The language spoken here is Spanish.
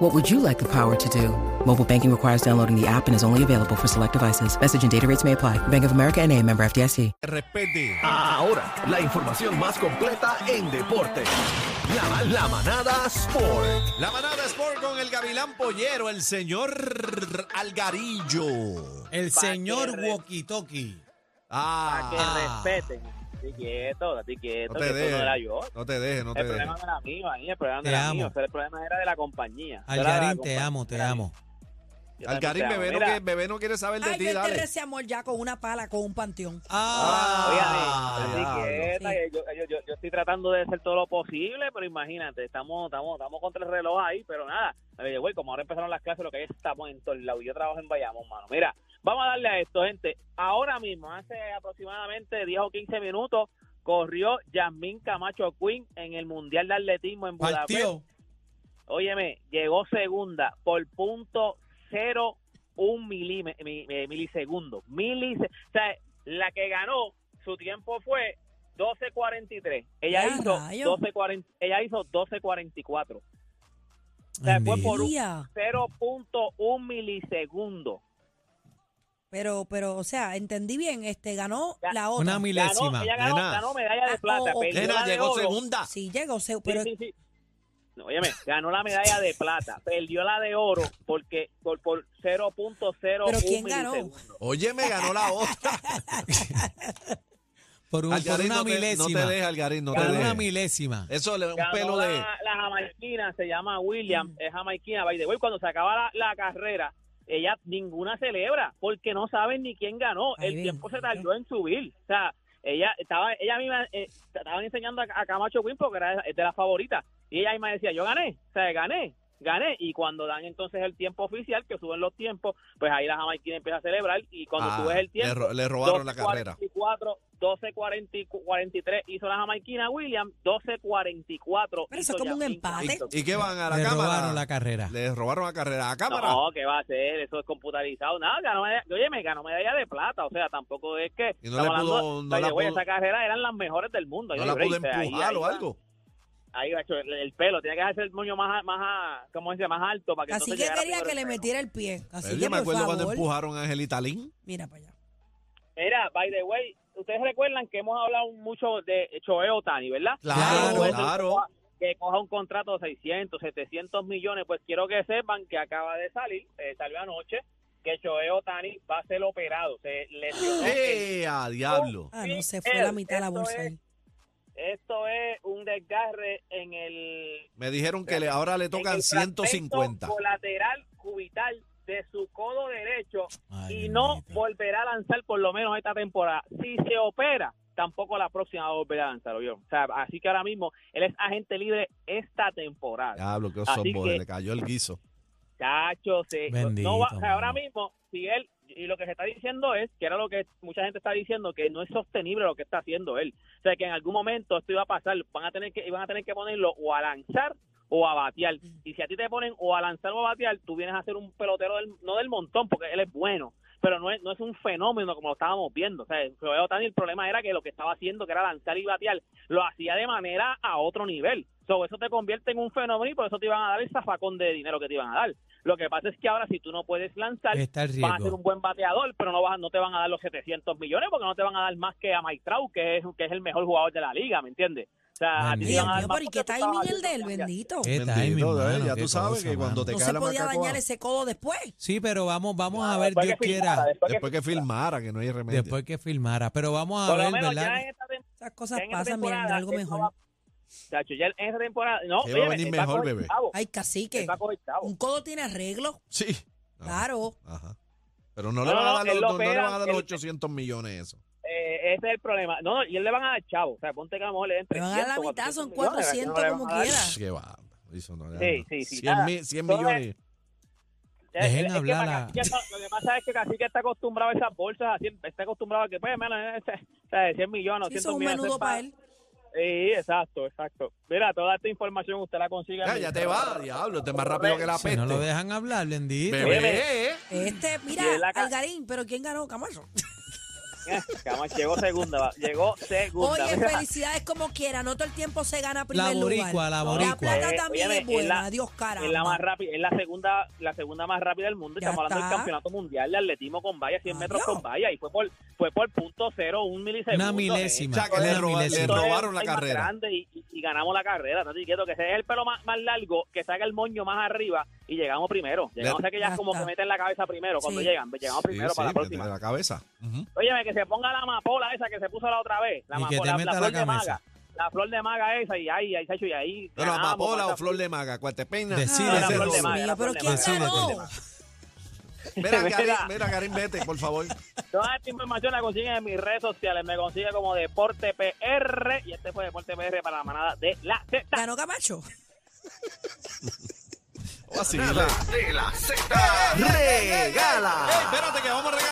What would you like the power to do? Mobile banking requires downloading the app and is only available for select devices. Message and data rates may apply. Bank of America and a member FDIC. Respete. Ahora, la información más completa en deporte. La, la manada Sport. La manada Sport con el Gavilán Pollero, el señor Algarillo. El Pa' señor que re- Wokitoki. Para que Ah, respeten. Estoy quieto, estoy quieto, no que te eso no era dejes. yo. No te dejes, no te el dejes. problema no era mío ahí, el problema no Te era amo. mío, o sea, el problema era de la compañía. Eso era de la Algarín, te compañía. amo, te amo. Yo también Algarín, te amo. bebé no, Mira, quiere, bebé no quiere saber de Ay, ti, yo enterré dale. ese amor ya con una pala, con un panteón. Ah, diablo. Oye, estoy quieta, Sí. que yo, yo- yo- yo estoy tratando de hacer todo lo posible, pero imagínate, estamos, estamos, estamos contra el reloj ahí, pero nada. Le digo, güey, como ahora empezaron las clases, lo que hay es estamos en todos lados. Yo trabajo en Bayamón, mano. Mira, vamos a darle a esto, gente. Ahora mismo, hace aproximadamente 10 o 15 minutos, corrió Yasmín Camacho Quinn en el Mundial de Atletismo en Budapest. Partió. Óyeme, llegó segunda por punto cero un milime- mi- mi- milisegundo. Milise- o sea, la que ganó, su tiempo fue 12.43. Ella Ya, hizo rayo. 12.40, ella hizo 12.44. O sea, fue por Bendito. un Tía, 0.1 milisegundo. Pero, pero, o sea, entendí bien, este ganó Ya. la otra. Una milésima. Ganó, ella ganó, nena. ganó medalla de Ah, plata. oh, ok. perdió la Nena, de llegó oro. segunda. Sí, llegó, se- Sí, pero sí, sí. No, óyeme, ganó la medalla de plata, perdió la de oro porque por, por 0.01 ¿Pero quién ganó? milisegundo. Oye, me ganó la otra. Por, un- por Algarín, una no te, no te milésima. dejes, Algarín, no te por una dejes. milésima. Eso le un Ganó pelo la, de... Mm. la jamaiquina, se llama William, es jamaiquina, by the way, cuando se acaba la, la carrera, ella ninguna celebra, porque no saben ni quién ganó, Ay, el tiempo se bendito. tardó en subir, o sea, ella estaba, ella misma, eh, estaban enseñando a, a Camacho Quinn porque era de las favoritas, y ella misma decía, yo gané, o sea, gané, gané, y cuando dan entonces el tiempo oficial, que suben los tiempos, pues ahí la jamaiquina empieza a celebrar, y cuando Ah, subes el le, tiempo, ro- le robaron la carrera. 44, 12-43 hizo la jamaiquina William, 12-44 Pero eso hizo es como un Yasmín empate. Camacho. ¿Y qué van a la Le cámara? robaron la carrera. Le robaron la carrera. ¿A cámara? No, ¿qué va a hacer? Eso es computarizado. Nada, ganó medalla, oye, me ganó medalla de plata. O sea, tampoco es que... Y no le estamos hablando- pudo- no Oye, la güey, pudo- esa carrera eran las mejores del mundo. ¿No Yo la libré, pudo o sea, ahí- empujar ahí o va- algo? Ahí, va, hecho, el, el pelo. Tenía que hacer el moño más, a- más, a- ¿cómo se dice? Más alto para que así entonces que llegara quería primero que el le pelo. metiera el pie. Así Yo que me por acuerdo cuando favor. empujaron a Angelita Lin. Mira para allá. Mira, by the way, ustedes recuerdan que hemos hablado mucho de Choeo Tani, ¿verdad? Claro, Pues, claro. Que coja un contrato de 600, 700 millones. Pues quiero que sepan que acaba de salir, eh, salió anoche, que Choeo Tani va a ser operado. Se lesionó. ¡Eh, a diablo! Ah, Sí, no, se fue la él, mitad de la esto bolsa es- ahí. Esto es un desgarre en el Me dijeron que le- ahora le en tocan el fragmento 150. colateral cubital de su codo derecho Ay, y no bendito. volverá a lanzar por lo menos esta temporada. Si se opera, tampoco la próxima va a volver a lanzar, ¿oyó? O sea, así que ahora mismo él es agente libre esta temporada. Diablo, qué Así osombo, que- le cayó el guiso. Chacho, se, Bendito, no va- o sea, ahora mano. mismo, si él, y lo que se está diciendo es, que era lo que mucha gente está diciendo, que no es sostenible lo que está haciendo él. O sea, que en algún momento esto iba a pasar, van a tener que, iban a tener que ponerlo o a lanzar o a batear. Y si a ti te ponen o a lanzar o a batear, tú vienes a ser un pelotero, del- no del montón, porque él es bueno, pero no es, no es un fenómeno como lo estábamos viendo. O sea, Joel Ohtani, el problema era que lo que estaba haciendo, que era lanzar y batear, lo hacía de manera a otro nivel. So, eso te convierte en un fenómeno y por eso te iban a dar el zafacón de dinero que te iban a dar. Lo que pasa es que ahora si tú no puedes lanzar, Está el vas a ser riesgo. un buen bateador, pero no vas, a- no te van a dar los 700 millones porque no te van a dar más que a Mike Trout, que es, que es el mejor jugador de la liga, ¿me entiendes? O sea, a ti te Dios van a dar mío, más pero ¿y qué porque tú estabas timing el de él, haciendo lo que bendito? Qué Bendito, timing, ¿eh? mano, ya qué tú sabes cosa, que cuando mano. te No cae se la podía macacoa, dañar ese codo después. Sí, pero vamos, vamos a hacía. ver, Después Dios que firmara, quiera, después que después que firmara. filmara, que no hay remedio. después que filmara. Pero vamos a Por lo ver, menos ¿verdad? ya en esta tem- Esas cosas ya en esta pasan, temporada, mirando algo él no va- mejor. Chacho, ya en esta temporada, no, Él va a óyeme, venir él mejor, coger bebé. chavo, Ay, él cacique. va a coger chavo. Un codo tiene arreglo. Sí. Ajá, Claro. Ajá. Pero no, No, le van a no, dar él los, lo no le van a operan, dar los él- 800 millones eso. Eh, ese es el problema. No, no, y él le van a dar chavo. O sea, ponte que a lo mejor le den Le van a dar la 300, mitad, son 400 millones, 400 no le van como a dar quiera. Qué va. Eso no, Sí, sí, sí, 100, nada. mi- 100 Todo es- millones. Dejen es que hablar para a- Cacique está- lo que pasa es que Cacique está acostumbrado a esas bolsas, así, está acostumbrado a que, pues, menos de 100 millones, Sí, 100 eso es un millones. menudo eso es para él. Sí, exacto, exacto. Mira, toda esta información usted la consigue. en Ya, mi ya te Instagram. va, diablo, te más rápido que la Si no lo peste. dejan hablar, bendito. Bebé. eh. Este, mira, Y él la ca- Algarín, pero ¿quién ganó? Camacho. Camacho, llegó segunda, va, llegó segunda. Oye, Mira, felicidades como quiera, no todo el tiempo se gana primer boricua, la lugar. La boricua. plata Eh, también óyeme, es buena, es la- Dios caramba. es la más rápida, es la segunda, la segunda más rápida del mundo. Ya Estamos hablando está. del campeonato mundial de atletismo con valla, 100 metros Adiós. con valla y fue por fue por punto cero un milisegundo. Una milésima. O sea, que una le roba- le milésima. Esto es robaron la el más carrera. grande y, y- y ganamos la carrera. Tati, quieto, que ese es el pelo más, más largo, que saca el moño más arriba y llegamos primero. Llegamos, Le- o sea que ya Ya como está. que meten la cabeza primero cuando Sí. llegan. pues Llegamos Sí, Ah, primero sí, para la pues métele próxima. la cabeza. Ujú. Óyeme, que se ponga la amapola esa que se puso la otra vez. La, Y que amapola- te meta la flor de camisa. maga. La flor de maga esa y ahí, ahí, Sacho, y ahí. No, no, ganamos, amapola o pasa- flor de maga, cuál te peina. Decide, Ese era decide. flor de robo. maga, era Mío, pero flor de ¿quién maga. Decide, ganó? Mira, Mira. Karim, mira, Karim, vete, por favor. Toda esta información la consiguen en mis redes sociales. Me consigue como Deporte PR. Y este fue Deporte PR para la manada de la Z. Ganó Camacho. Así. Manada de la Z regala. Ey, espérate que vamos a regalar.